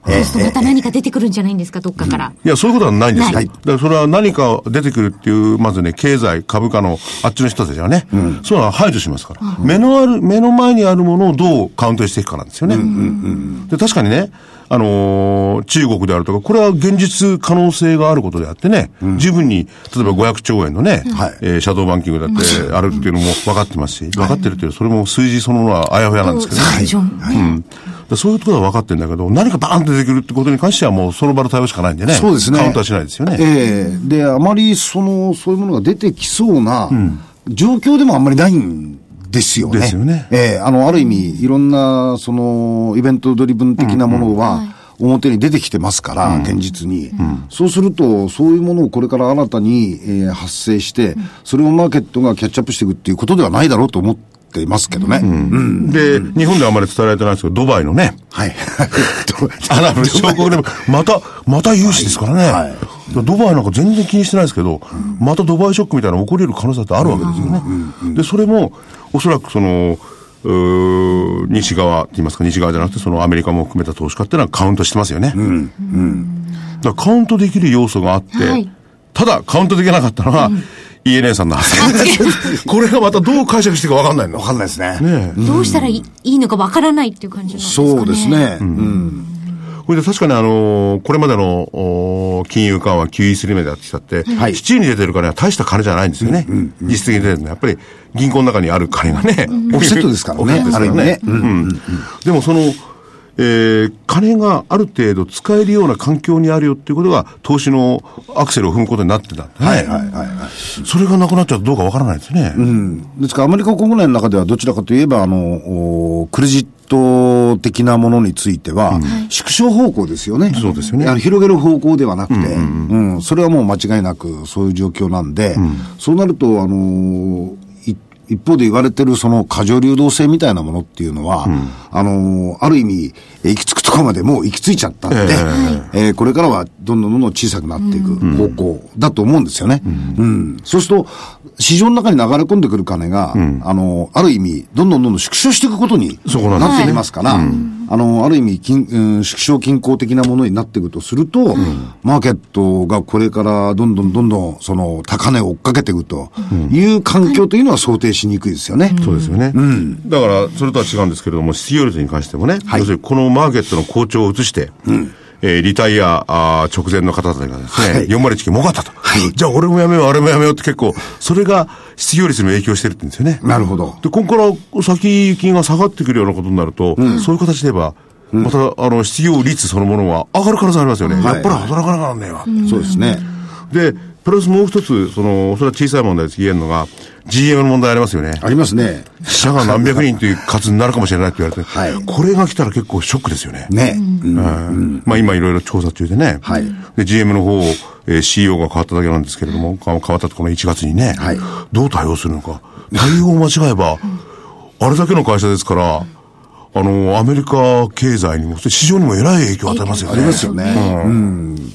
そうするとまた何か出てくるんじゃないんですか、どっかから。
いや、そういうことはないんですよ。だからそれは何か出てくるっていう、まずね、経済、株価のあっちの人たちはね、そういうのは排除しますから、目のある、目の前にあるものをどうカウントしていくかなんですよね。で確かにね、あのー、中国であるとか、これは現実可能性があることであってね、うん、十分に、例えば500兆円のね、はい、えー、シャドーバンキングだってあるっていうのも分かってますし、分かってるっていう、それも数字そのものはあやふやなんですけどね。はい、うんそういうところは分かってるんだけど、何かバーンって出てくるってことに関してはもうその場の対応しかないんでね。
そうですね。
カウンターしないですよね。
ええー、で、あまりその、そういうものが出てきそうな、状況でもあんまりないんですよね。
ですよね。
ええー、あの、ある意味、いろんな、その、イベントドリブン的なものは、表に出てきてますから、うん、現実に、うん、そうすると、そういうものをこれから新たに、えー、発生して、それをマーケットがキャッチアップしていくっていうことではないだろうと思っててますけどね。
で、日本ではあまり伝えられてないですけど、ドバイの ね。
はい。
アラブの小国でも、また、また融資ですからね。はいドバイなんか全然気にしてないですけど、またドバイショックみたいなの起こり得る可能性ってあるわけですよね。で、それも、おそらくその、西側って言いますか、西側じゃなくて、そのアメリカも含めた投資家っていうのはカウントしてますよね。うん。うん。だカウントできる要素があって、ただカウントできなかったのは、ENA さんの発言 これがまたどう解釈していいか分かんないの
分かんないですね。
ねどうしたらいいのか分からないっていう感じなんですかね。
そうですね。うん、うん
これで確かにあのー、これまでの、お金融緩和 QE3 までやってきたって、はい、市中に出てる金は大した金じゃないんですよね。実質的に出てるのは、やっぱり銀行の中にある金がね。
うん、オフセットですからね。
あるよね。でもその、えー、金がある程度使えるような環境にあるよっていうことが、投資のアクセルを踏むことになってたんで、ね、はいはいはい、はい、それがなくなっちゃうとどうかわからないですね。
うん。ですから、アメリカ国内の中ではどちらかといえば、あの、おクレジット的なものについては、うん、縮小方向ですよね。
そうですよね。
広げる方向ではなくて、うん、うんうん、それはもう間違いなくそういう状況なんで、そうなると、あのー一方で言われてるその過剰流動性みたいなものっていうのは、うん、あの、ある意味、行き着くところまでもう行き着いちゃったんで、えー、えー、これからはどんどんどんどん小さくなっていく方向だと思うんですよね。うん、うん。そうすると、市場の中に流れ込んでくる金が、うん、あの、ある意味、どんどんどんどん縮小していくことになっていますから、あの、ある意味、金、うん、縮小均衡的なものになっていくとすると、うん、マーケットがこれからどんどんどんどん、その、高値を追っかけていくという環境というのは想定しにくいですよね。
そうですよね。うん。だから、それとは違うんですけれども、失業率に関してもね、はい、要するにこのマーケットの好調を移して、うんえー、リタイアあ直前の方たちがですね、はい、401儲かったと、はい。じゃあ俺もやめよう、あれもやめようって結構、それが失業率にも影響してるって言うんですよね。
なるほど。
で、ここから先行きが下がってくるようなことになると、うん、そういう形で言えば、うん、また、あの、失業率そのものは上がる可能性ありますよね。うん、やっぱり働かなくなんねえわ、
そうですね。
で、プラスもう一つ、その、それは小さい問題です言えるのが、GM の問題ありますよね。
ありますね。
死者が何百人という数になるかもしれないって言われて、はい、これが来たら結構ショックですよね。
ね。うん、
まあ今いろいろ調査中でね。
はい。
で、GM の方、えー、CEO が変わっただけなんですけれども、変わったとこの1月にね、はい、どう対応するのか。対応を間違えば、あれだけの会社ですから、あの、アメリカ経済にも、市場にもえらい影響を与えますよね。、
ありますよね。うん
うん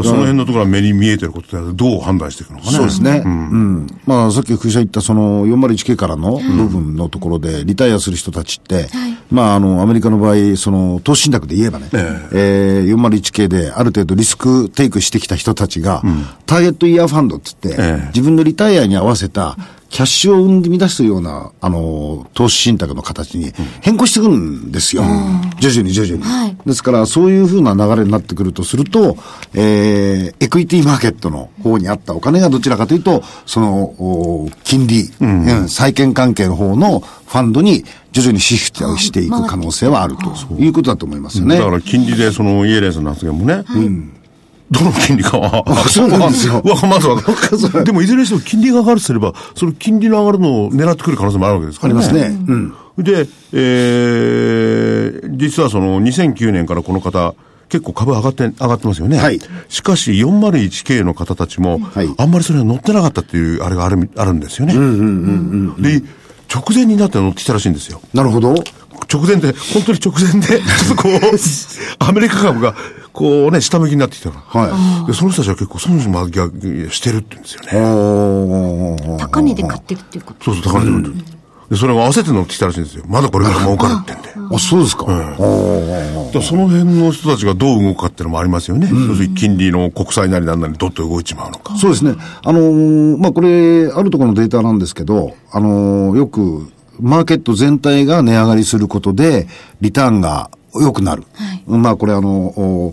その辺のところは目に見えてることでどう判断していくのかね。
そうですね。うん。うん、まあ、さっき福井さん言ったその 401K からの部分のところで、リタイアする人たちって、はい、まあ、あの、アメリカの場合、その、投資信託で言えばね、えー、えー、401K である程度リスクテイクしてきた人たちが、うん、ターゲットイヤーファンドって言って、えー、自分のリタイアに合わせた、キャッシュを生んでみ出すような、あの、投資信託の形に変更してくるんですよ。うん、徐々に徐々に、はい。ですから、そういうふうな流れになってくるとすると、えー、エクイティマーケットの方にあったお金がどちらかというと、その、金利、うん、うん、債券関係の方のファンドに徐々にシフトしていく可能性はあるということだと思いますよね。
だから金利で、その、イエレンさんの発言もね、はい、うんどの金利かは。
そうなんですよ。わ、
ま ずわかる。でも、いずれにしても金利が上がるとすれば、その金利の上がるのを狙ってくる可能性もあるわけですから。
ね。ありますね。うん
で、えー、実はその2009年からこの方、結構株上がって、上がってますよね。
はい。
しかし、401K の方たちも、はい、あんまりそれは乗ってなかったっていう、あれがある、あるんですよね。うんうんうんうん。で、直前になって乗ってきたらしいんですよ。
なるほど。
直前で、本当に直前で、 ちょっとこう、アメリカ株が、こうね、下向きになってきたら。。
はい
で、その人たちは結構損失負けしてるって言うんですよ
ね。高値で買ってるっていうこと
そうそう、高値で買ってる。うん、で、それが合わせて乗ってきたらしいんですよ。まだこれから儲かるってんで。、
あ、そうですか。うん
だその辺の人たちがどう動くかっていうのもありますよね。うん、要するに金利の国債なりなんなりどっと動いちまうのか。
そうですね。あのー、まあ、これ、あるところのデータなんですけど、あのー、よく、マーケット全体が値上がりすることで、リターンが良くなる。はい、まあこれあの、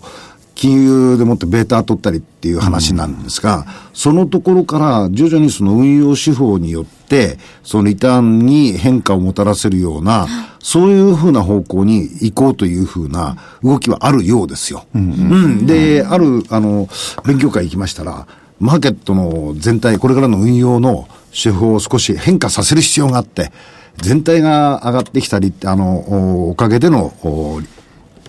金融でもってベータ取ったりっていう話なんですが、うん、そのところから徐々にその運用手法によって、そのリターンに変化をもたらせるような、そういうふうな方向に行こうというふうな動きはあるようですよ。うん、うんうん、で、ある、あの、勉強会行きましたら、マーケットの全体、これからの運用の手法を少し変化させる必要があって、全体が上がってきたり、あの、おかげでの、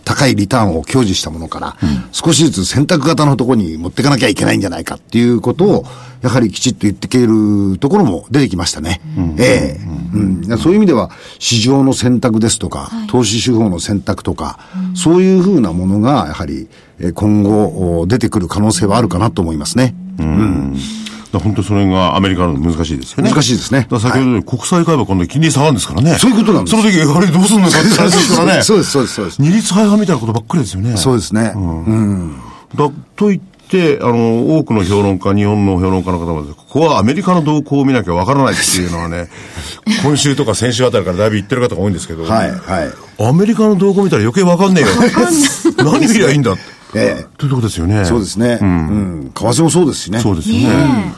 高いリターンを享受したものから、うん、少しずつ選択型のところに持っていかなきゃいけないんじゃないかっていうことを、やはりきちっと言ってけるところも出てきましたね。うん、ええうん、そういう意味では、市場の選択ですとか、はい、投資手法の選択とか、そういうふうなものが、やはり、今後、出てくる可能性はあるかなと思いますね。
うん本当それがアメリカの難しいですよね。
難しいですね。
先ほど、はい、国際会話今度金利下がるんですからね。。
そういうことなんです
その時、あれどうすんのかって話ですからね。
そうです、そうです、そうです。
二律背反みたいなことばっかりですよね。
そうですね。うん。うん、
だと言って、あの、多くの評論家、日本の評論家の方も、ここはアメリカの動向を見なきゃわからないっていうの はね、今週とか先週あたりからだいぶ言ってる方が多いんですけど、。
はい、はい
アメリカの動向見たら余計わかんねえよ。何見りゃいいんだって。
ええ
ということですよね。
そうですね。うん。うん、為替もそうですしね。
そうですよね。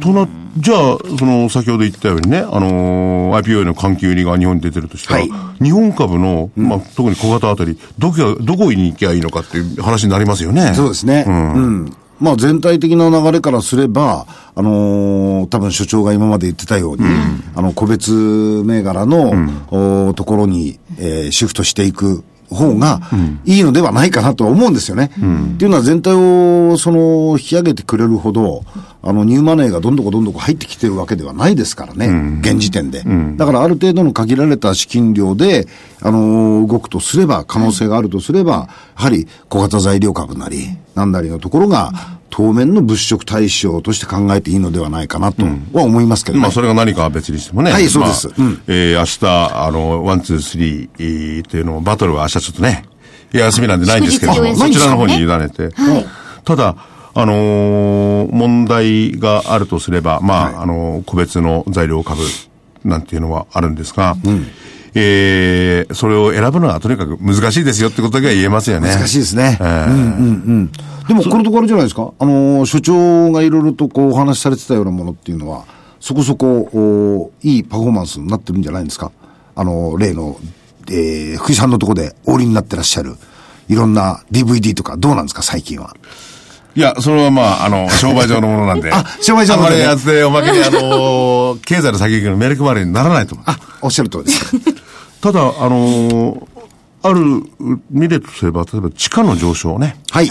とな、じゃあ、その、先ほど言ったようにね、あのー、IPO の換気売りが日本に出てるとしたら、はい、日本株の、まあ、特に小型あたり、どこ、どこに行きゃいいのかっていう話になりますよね。
そうですね。うん、うんまあ、全体的な流れからすれば、あのー、多分所長が今まで言ってたように、うん、あの個別銘柄の、うん、おところに、えー、シフトしていく方がいいのではないかなと思うんですよね。うん、っていうのは全体をその引き上げてくれるほど、あのニューマネーがどんどこどんどこ入ってきてるわけではないですからね、うん、現時点で、うん、だからある程度の限られた資金量で、あのー、動くとすれば、可能性があるとすれば、やはり小型材料株なり、なんなりのところが、当面の物色対象として考えていいのではないかなとは思いますけどね。
まあ、それが何かは別にしてもね。
はいそうです
まあえー明日、あの、ワン、ツー、スリーえーっていうのも、バトルは明日ちょっとね、いや休みなんでないんですけど
祝
も、
日
そちらの方に委
お
ねて。ただ、あのー問題があるとすれば、まあ、あのー個別の材料株なんていうのはあるんですが、えーそれを選ぶのはとにかく難しいですよってことだけは言えますよね。
難しい
い。
ですね。うんうんうん。でも、これとこれじゃないですか。あのー、所長がいろいろとこうお話しされてたようなものっていうのは、そこそこ、おいいパフォーマンスになってるんじゃないんですか。あのー、例の、えー、福井さんのとこでお売りになってらっしゃる、いろんな DVD とかどうなんですか、最近は。
いや、それはまあ、あの、商売上のものなんで。
あ商売上のも
も
の
の、
ね
あんまりやって、おまけに、あ のー経済の先行きのメルクバレーにならないと思う。
おっしゃる通り です。
ただ、あのーある、見れとすれば、例えば地価の上昇ね。
はい。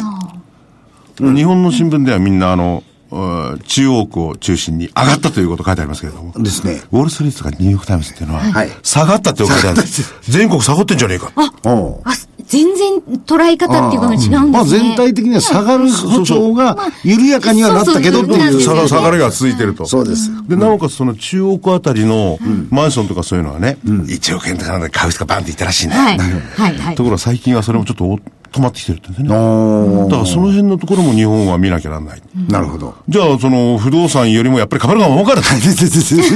日本の新聞ではみんな、あの、うん中央区を中心に上がったということ書いてありますけれども。
ですね。
ウォール・ストリートとかニューヨーク・タイムズっていうのは、
はい
下がったって書いてあるんです。全国下がってんじゃねえ か。
おう
あ、全然捉え方っていうかも違うんですね。
まあ全体的には下がる歩調が緩やかにはなったけどって
そうそう
いう。
下が下がりが続いてると。
そうです。
で、なおかつその中央区あたりのマンションとかそういうのはね、1億円とかなんで買う人がバンっていったらしいね。
はい。はい、はい
と。ころが最近はそれもちょっとお止まってきてるって言うんですよね。
お
だからその辺のところも日本は見なきゃなんない。
なるほ ど。
じゃあ、その、不動産よりもやっぱり株の方が儲かる。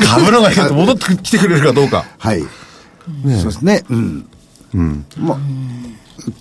株の方がちょっと戻ってきてくれるかどうか。
はい。そうですね。うん。うん。まあ、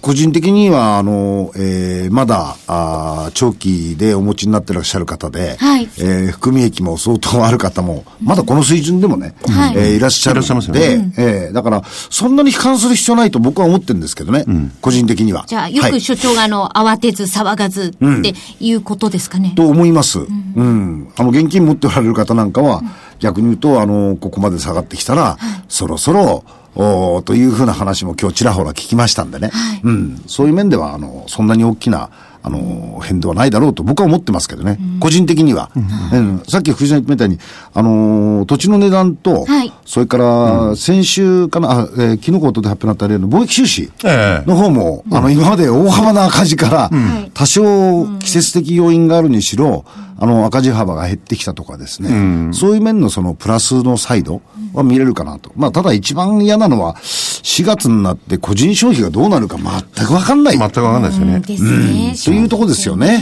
個人的には、あの、えーまだ、あー長期でお持ちになってらっしゃる方で、
はい
えー含み益も相当ある方も、まだこの水準でもね、
はい
えーいらっしゃる
いらっし
の
ゃいます
で、えーだから、そんなに悲観する必要ないと僕は思ってるんですけどね、個人的には。
じゃあ、よ
は
く
い
所長が、あの、慌てず、騒がずっていうことですかね。
と思います。うん。あの、現金持っておられる方なんかは、逆に言うと、あの、ここまで下がってきたら、そろそろ、おーというふうな話も今日ちらほら聞きましたんでね。うん。そういう面では、あの、そんなに大きな、あの、変動はないだろうと僕は思ってますけどね。個人的には。うん。さっき福井さん言ってみたいに、あの、土地の値段と、
はい
それから、先週かな、あえー昨日ことで発表になった例の貿易収支。
ええ
の方も、あの、今まで大幅な赤字から、
ん
多少季節的要因があるにしろ、あの、赤字幅が減ってきたとかですね、そういう面のそのプラスのサイドは見れるかなと。まあ、ただ一番嫌なのは、4月になって個人消費がどうなるか全くわかんない。
全くわかんないですよ
うん
ね。
ですね。
というとこですよね。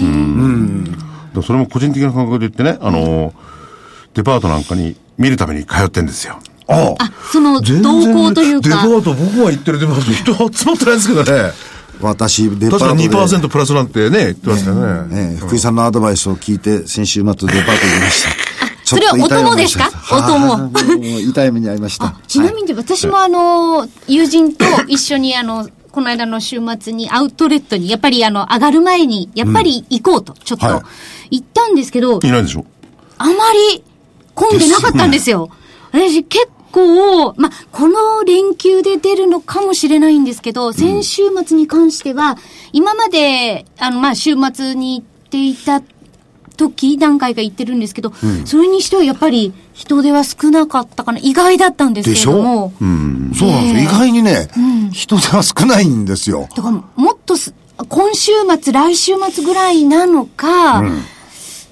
でもそれも個人的な感覚で言ってね、あの、デパートなんかに見るために通ってんですよ。
ああ
あ、その、動向という
デパ
か。
ート、僕が行ってるデパート、人集まってないですけどね。
私、デパート
確か
で。
2%プラスなんてね、言ってますからね。
ねえ福井さんのアドバイスを聞いて、先週末デパートにいました。
それはお供ですか
ちょっと痛い思いをしましたはいもう痛い目に遭いました
あ。ちなみに私もあの、友人と一緒にあの、 この間の週末にアウトレットに、やっぱりあの、上がる前に、やっぱり行こうと、ちょっと、
はい
行ったんですけど、
いないでしょ。
あまり混んでなかったんですよ。私結構、ま、この連休で出るのかもしれないんですけど、先週末に関しては、今まで、あの、ま、週末に行っていた時、何回か行ってるんですけど、それにしてはやっぱり人手は少なかったかな、意外だったんですけれども、
そうなんですよ。
ええ
意外にね、人手は少ないんですよ。
だからもっとす、今週末、来週末ぐらいなのか、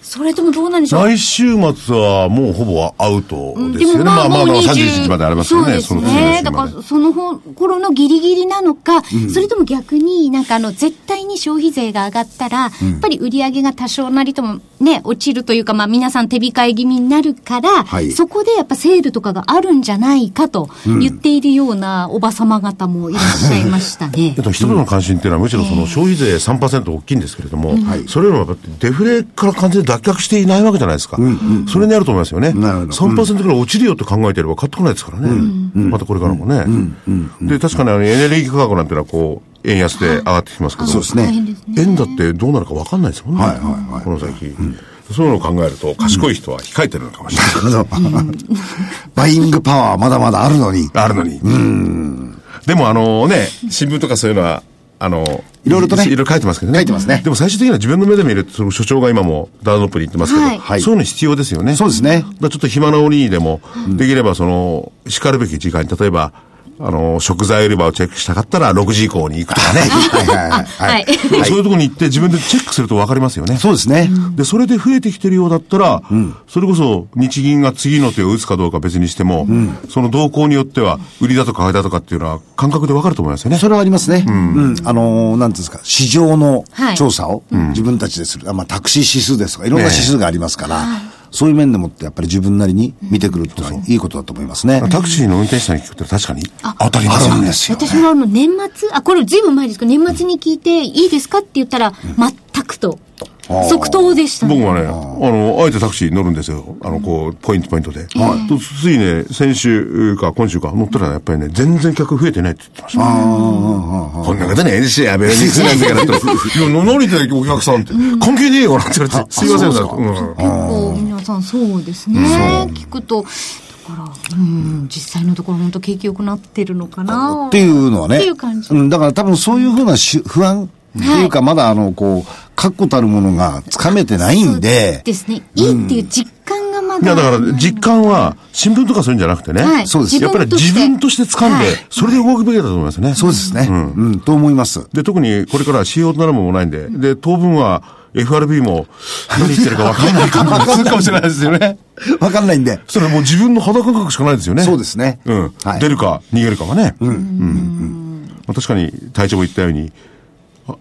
それともどうなんでしょう
来週末はもうほぼアウト
うん
ですよね。まあまあまあ
もう
31日までありますよね、
そ
そうの
です
次の
ね。
週
だか
ま
ら、そのほ頃のギリギリなのか、それとも逆になんかあの、絶対に消費税が上がったら、やっぱり売り上げが多少なりともね、落ちるというか、まあ皆さん手控え気味になるから、
はい
そこでやっぱセールとかがあるんじゃないかと言っているようなおばさま方もいらっしゃいました ね
えっ。と、人々の関心っていうのはむしろその消費税3%大きいんですけれども、それよりもやっぱりデフレから完全に脱却していないわけじゃないですか。それにあると思いますよね。
なるほど
3%ぐらい落ちるよって考えてれば買ってこないですからね。またこれからもね。で、確かにあのエネルギー価格なんてのはこう、円安で上がってきますけど、
そうですね
大変ですね。
円だってどうなるか分かんないですもんね。
はいはいはい
この先。そういうのを考えると、賢い人は控えてるのかもしれない。
あのバイングパワーはまだまだあるのに、
あるのに。でもあのね、新聞とかそういうのは、あの、
いろいろとね
いろいろ書いてますけどね。
書いてますね
でも最終的には自分の目で見ると、その所長が今もダウンロップに行ってますけど、
はい
そういうの必要ですよね。
そうですね
だからちょっと暇な鬼にでも、できればその、叱るべき時間に、例えば、あの、食材売り場をチェックしたかったら6時以降に行くとかね。
はいはいは
はいい。。
そういうところに行って自分でチェックすると分かりますよね。
そうですね。
で、それで増えてきてるようだったら、それこそ日銀が次の手を打つかどうか別にしても、その動向によっては、売りだとか買いだとかっていうのは感覚で分かると思いますよね。
それはありますね。うん。あのー、なんていうんですか、市場の
はい
調査を自分たちでする。あまあ、タクシー指数ですとか、いろんな指数がありますから、そういう面でもって、やっぱり自分なりに見てくるっていうのはいいことだと思いますね。
タクシーの運転手さんに聞くと確かに当たります
そ
よ
う
ね
で。すよ。
私もあの、年末、あ、これずいぶん前ですけど、年末に聞いて、いいですかって言ったら、全くと、即答でしたね。
僕はね、あの、あえてタクシー乗るんですよ。あの、こう、ポイントポイントで。とついね、先週か今週か乗ったらやっぱりね、全然客増えてないって言ってました。こんなことね、ええし、やべえにするんだからと。 いや、何言ってんのお客さんって。関係ねえよなんて言われて、すいません、だとうん
結構皆さんそうですね。聞くと、だから、うん、実際のところ本当景気良くなってるのかな
っていうのはね。
っていう感じ
ん、だから多分そういうふうなし不安っていうか、まだあの、こう、確固たるものがつかめてないんで、
ですね。いいっていう実感がま
い
だ。
や、だから、実感は、新聞とかそういうんじゃなくてね。
はい
そうです
やっぱり自分として掴ん
は
で
い、
それで動くべきだと思いますね。
そうですね、うん。と思います。
で、特にこれから CO となるものもないんで、で、当分は FRB も何言ってるか分からない感覚がするかもしれないですよね。
わかんないんで。
それもう自分の肌感覚しかないですよね。
そうですね
うん。
はい
出るか逃げるかはね。うん。まあ確かに、隊長も言ったように、あ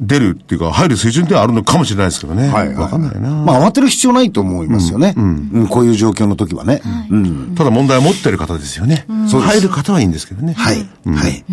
出るっていうか、入る水準ではあるのかもしれないですけどね。
はいはい
分かんないな。
まあ慌てる必要ないと思いますよね。うん。こういう状況の時はね。うん。
ただ問題は持ってる方ですよね。入る方はいいんですけどね。
はい。はい。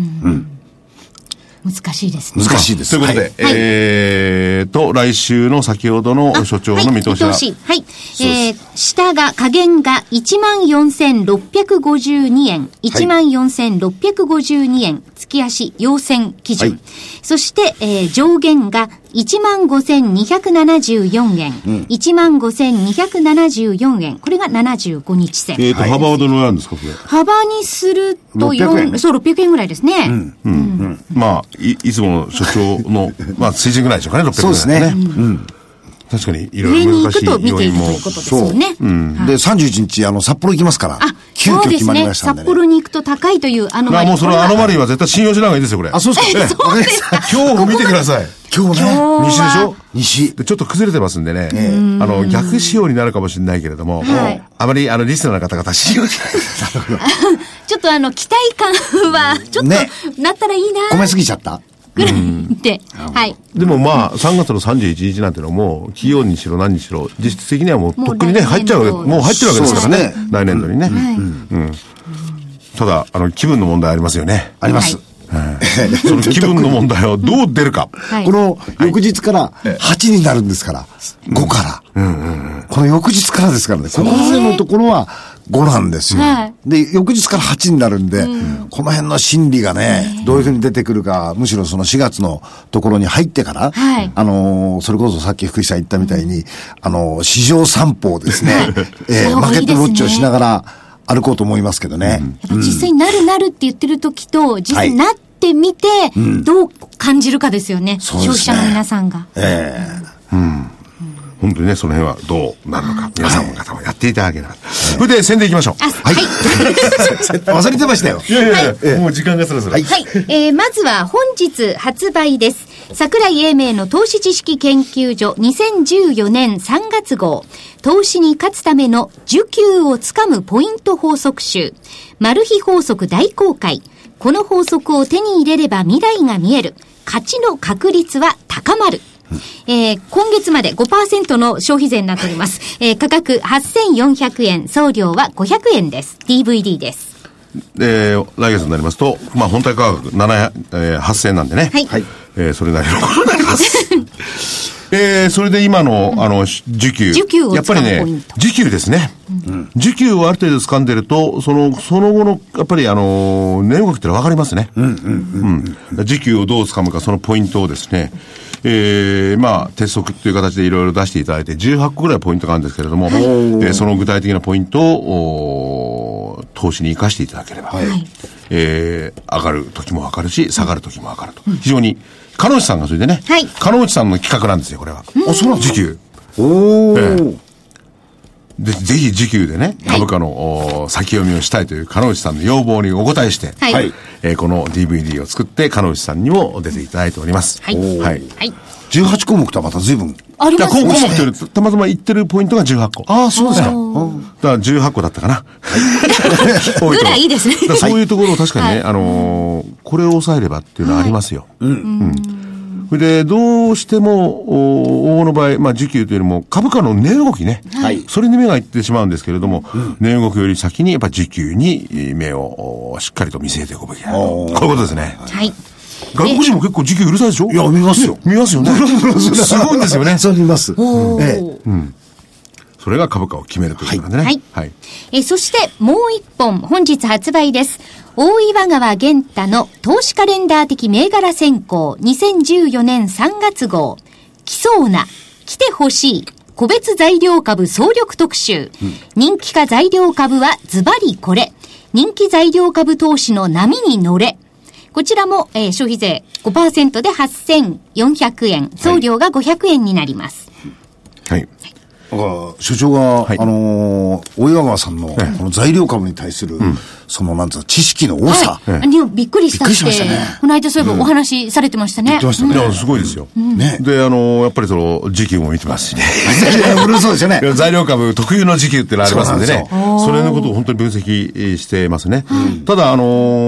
難しいですね。
難しいです。
ということで、
はい
えーと、来週の先ほどの
あ
所長の見通し
は
は、
い、はい。えー、下が、下限が14,652円。14,652円。月足要線基準。
はい
そして、えー上限が15,274円。15,274円。これが75日線。
えーと、幅はどのぐらいなんですか、これ。
幅にすると
600円
4、
ね
そう、600円ぐらいですね。
まあ、い、いつもの所長の、 まあ、水準ぐらいでしょうかね、600
そうですね。うん。
確かに、いろ
上
いろ
に行
難し
く
い
と見
要
てい
因
くとい
も。
うことですよね。
で、31日、あの、札幌行きますから。
あ、
急
そう
遽
で
決
す
まり
ね。
ましたんで、
札
ね。
幌に行くと高いというアノ
ま
マ
あ、
リー。
もうそ
これ
の
は
アノ マリーは絶対信用しない方がいいですよ、これ。
あ、そうですか。え えわかりました。
今日見てください。
今日ね、
西でしょ
西。
でちょっと崩れてますんでね、あの、逆仕様になるかもしれないけれども、
はい
あまり、あの、リスナーの方々信用しない。
ちょっとあの、期待感は、ちょっと、
ね
なったらいいな
込めすぎちゃった
ぐらいで、はい。
でもまあ、3月の31日なんてのはもう、企業にしろ何にしろ、実質的にはもう、と
もう
っくにね、
来年度
入っちゃうわけ、もう入ってるわけです
そ
から
う
ね
です、
来年度にね。うんただ、あの、気分の問題ありますよね。
あります。
はい
その気分の問題をどう出るか。
はい。
この翌日から8になるんですから、5から。この翌日からですからね、ここまでのところは5なんですよ
はい。
で、翌日から8になるんで、この辺の心理がね、どういうふうに出てくるか、むしろその4月のところに入ってから
はい、
あのー、それこそさっき福井さん言ったみたいに、あのー、市場散歩をですね、えー
そう
マーケットウォ
いい
ッチ
ですね
をしながら歩こうと思いますけどね。
やっぱ実際になるなるって言ってる時と、実際になってみて、どう感じるかですよね。
そうです
消
ね
費者の皆さんが。
えー
本当にね、その辺はどうなるのか、皆さん方もやっていただければ。それで宣伝いきましょう。
あ、はい。
忘れてましたよ。
いやいやいや、もう時間がそろそろ。
はい。えー、まずは本日発売です。桜井英明の投資知識研究所2014年3月号。投資に勝つための受給をつかむポイント法則集。マル秘法則大公開。この法則を手に入れれば未来が見える。勝ちの確率は高まる。えー今月まで5%の消費税になっております。えー価格8400円、送料は500円です。DVD です。
えー来月になりますと、まあ、本体価格7、えー、8000円なんでね。
はいはい
えーそれなりのことになります。 えーそれで今の、あの、し受給。
受給を
やっぱり
掴む
ね
ポイント、
受給ですね。受給をある程度掴んでると、その、その後の、やっぱりあのー、値動きってのは分かりますね。うん時給をどう掴むか、そのポイントをですね、えー、まあ、鉄則という形でいろいろ出していただいて、18個ぐらいポイントがあるんですけれども、えーその具体的なポイントを、おー投資に生かしていただければ、えー上がる時も上がるし、下がる時も上がると。非常に、鹿野内さんがそれでね、
はい
鹿野内さんの企画なんですよ、これは。お、そうなん時給。
お
え
ー。
でぜひ時給でね、株価の、お先読みをしたいという、彼内さんの要望にお応えして、
はいはい
えーこの DVD を作って、彼内さんにも出ていただいております。
はい
はい。
はい。
18項目とはまた随分。
あり
じゃ
ま
あ、こ
す
う、
ね。
項目というよりたまたま言ってるポイントが18個。
ああ、そうですか。うん
だから18個だったかな。多
ぐらいいいですね
だからそういうところを確かにね、あのーこれを抑えればっていうのはありますよ。うん。それで、どうしても、お大の場合、まあ、時給というよりも、株価の値動きね。
はい
それに目がいってしまうんですけれども、値動きより先に、やっぱ時給にえー目をおしっかりと見据えていくべきだ。こういうことですね。
はい。
外国人も結構時給うるさいでしょい
や見ますよ
見ますよね。 すごいんですよ ね。
そう見ます。
おー
ええ
それが株価を決めるということなんでね。
はい
はい。
えーそしてもう一本、本日発売です。大岩川玄太の投資カレンダー的銘柄選考2014年3月号。来そうな、来てほしい、個別材料株総力特集。人気化材料株はズバリこれ。人気材料株投資の波に乗れ。こちらも、えー消費税5%で8400円、送料が500円になります。
はい。
だから所長が、
い
あのー大岩川さんの、
ええ
この材料株に対する、その、なんつうの、知識の多さ。
はい。にびっくりしたって。
びっくりしましたね
この間そういえばお話しされてましたね。
言ってました
い
ね。
や、すごいですよ。
ね。
で、あの、やっぱりその、時給も見てますしね。
いやいや、うるそうですよね
い。や材料株特有の時給ってのありますんでね。
そ
それのことを本当に分析えーしてますね。ただ、あ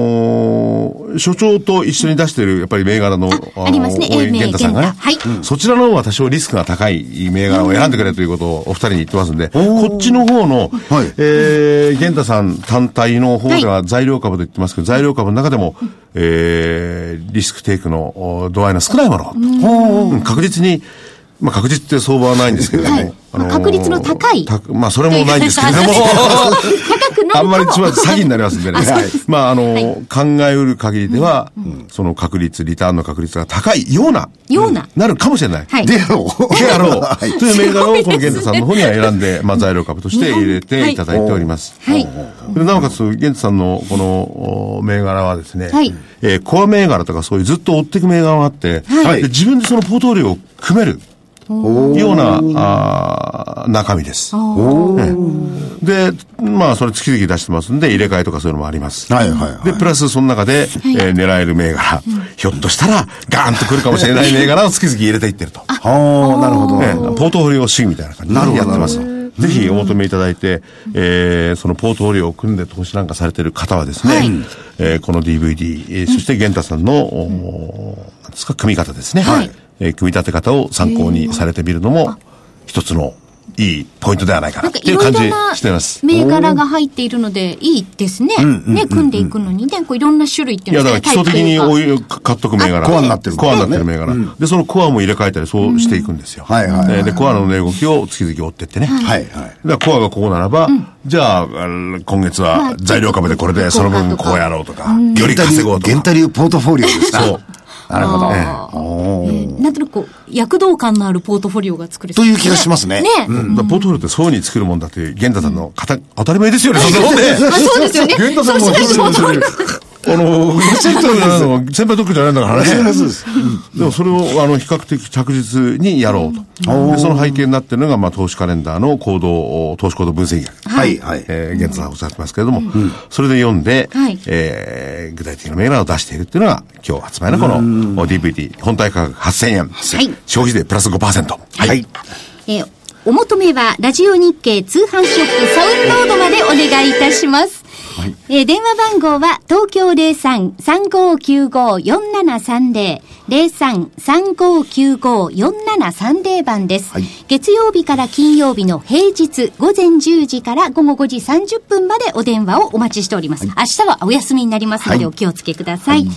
のー所長と一緒に出してる、やっぱり銘柄の、
ありますね
大江源太さんがね、
英明源太はい
そちらの方は多少リスクが高い銘柄を選んでくれということをお二人に言ってますんで、こっちの方の、
はい
えー、源太さん単体の方では材料株と言ってますけど、材料株の中でも、えー、リスクテイクのお度合いの少ないもの。うん確実に、まあ確実って相場はないんですけれども、
はい
あのー
確率の高い
たまあそれもないんですけれども、
高くない
あんまり
か
つ
も
まり詐欺になりますんでね。
あそう
はい
です
まあ、あの、考えうる限りでは、その確率、リターンの確率が高いような、
ような
なるかもしれない。
はい。
であ ろう。
であろう。
はい
という銘柄をこの源太さんの方には選んで、まあ、材料株として入れていただいております。
はい。
でなおかつ、源太さんのこのお銘柄はですね、
はい
えーコア銘柄とかそういうずっと追っていく銘柄があって、
はい
で自分でそのポートフォリオを組めるようなあー中身です。ええで、まあ、それ月々出してますんで、入れ替えとかそういうのもあります。
はいはいはい
で、プラスその中で、えー狙える銘柄、ひょっとしたら、ガーンと来るかもしれない銘柄を月々入れていってると。
はあ、なるほど。
ええポートフォリオ主義みたいな感じでやってます。ぜひお求めいただいて、えーそのポートフォリオを組んで投資なんかされてる方はですね、
はい
えーこの DVD、えーそして源太さんの、おーなんですか、組み方ですね、
はい
えー組み立て方を参考にされてみるのも、一つのいいポイントではない
な
かなんっ
か
て
い
いう
ろい
感じ
ろな
してます。
銘柄が入っているのでいいですね。ね、組んでいくのにね、こういろんな種類ってい
いうや、
の
だ
は
から基礎的にお湯買っとく銘柄。
コアになってる
コアになってる銘柄。で、そのコアも入れ替えたり、そうしていくんですよ。
はいはいはい
えーで、コアの値動きを月々追ってってね。
はいはい。
だからコアがここならば、じゃあ、あの今月
まあ
は材料株でこれで、その分こうやろうとか、より稼ごうと
源
か。
太流ポートフォリオですか。
そう。
なるほど。
えーなんとなくこう、躍動感のあるポートフォリオが作れそう
とい
で
う気がします
すね。
ね。
ね。
だからポートフォリオってそういうふうに作るもんだっていう、源太さんの方、当たり前ですよね、そんなもんね。
あ、そうですよね。
源太さんも
そうしないと
そう
ポートフォリ
ですよね
オ
あの、先輩特許じゃないんだからね。
そうです。
でもそれをあの比較的着実にやろうと。でその背景になってるのが、まあ、投資カレンダーの行動、投資行動分析学。
はいはい。
えー、現在おっしゃってますけれども、それで読んで、
はい
えー具体的な銘柄を出しているっていうのが、今日発売のこの DVD、本体価格8000円、
い
消費税プラス5%。はい。
はい。
えーお求めは、ラジオ日経通販ショップサウンロードまでお願いいたします。えー電話番号は、東京03-3595-4730、03-3595-4730番です、
はい
月曜日から金曜日の平日午前10時から午後5時30分までお電話をお待ちしております。明日はお休みになりますのでお気をつけください。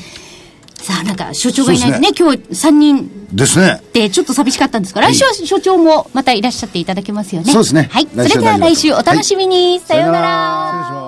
さあ、なんか、所長がいないとね、今日3人
ですね。
ってちょっと寂しかったんですが、来週は所長もまたいらっしゃっていただけますよね。
そうですね
はい。そ
来
れ
週
では来週お楽しみに。さような
さような
ら。
ら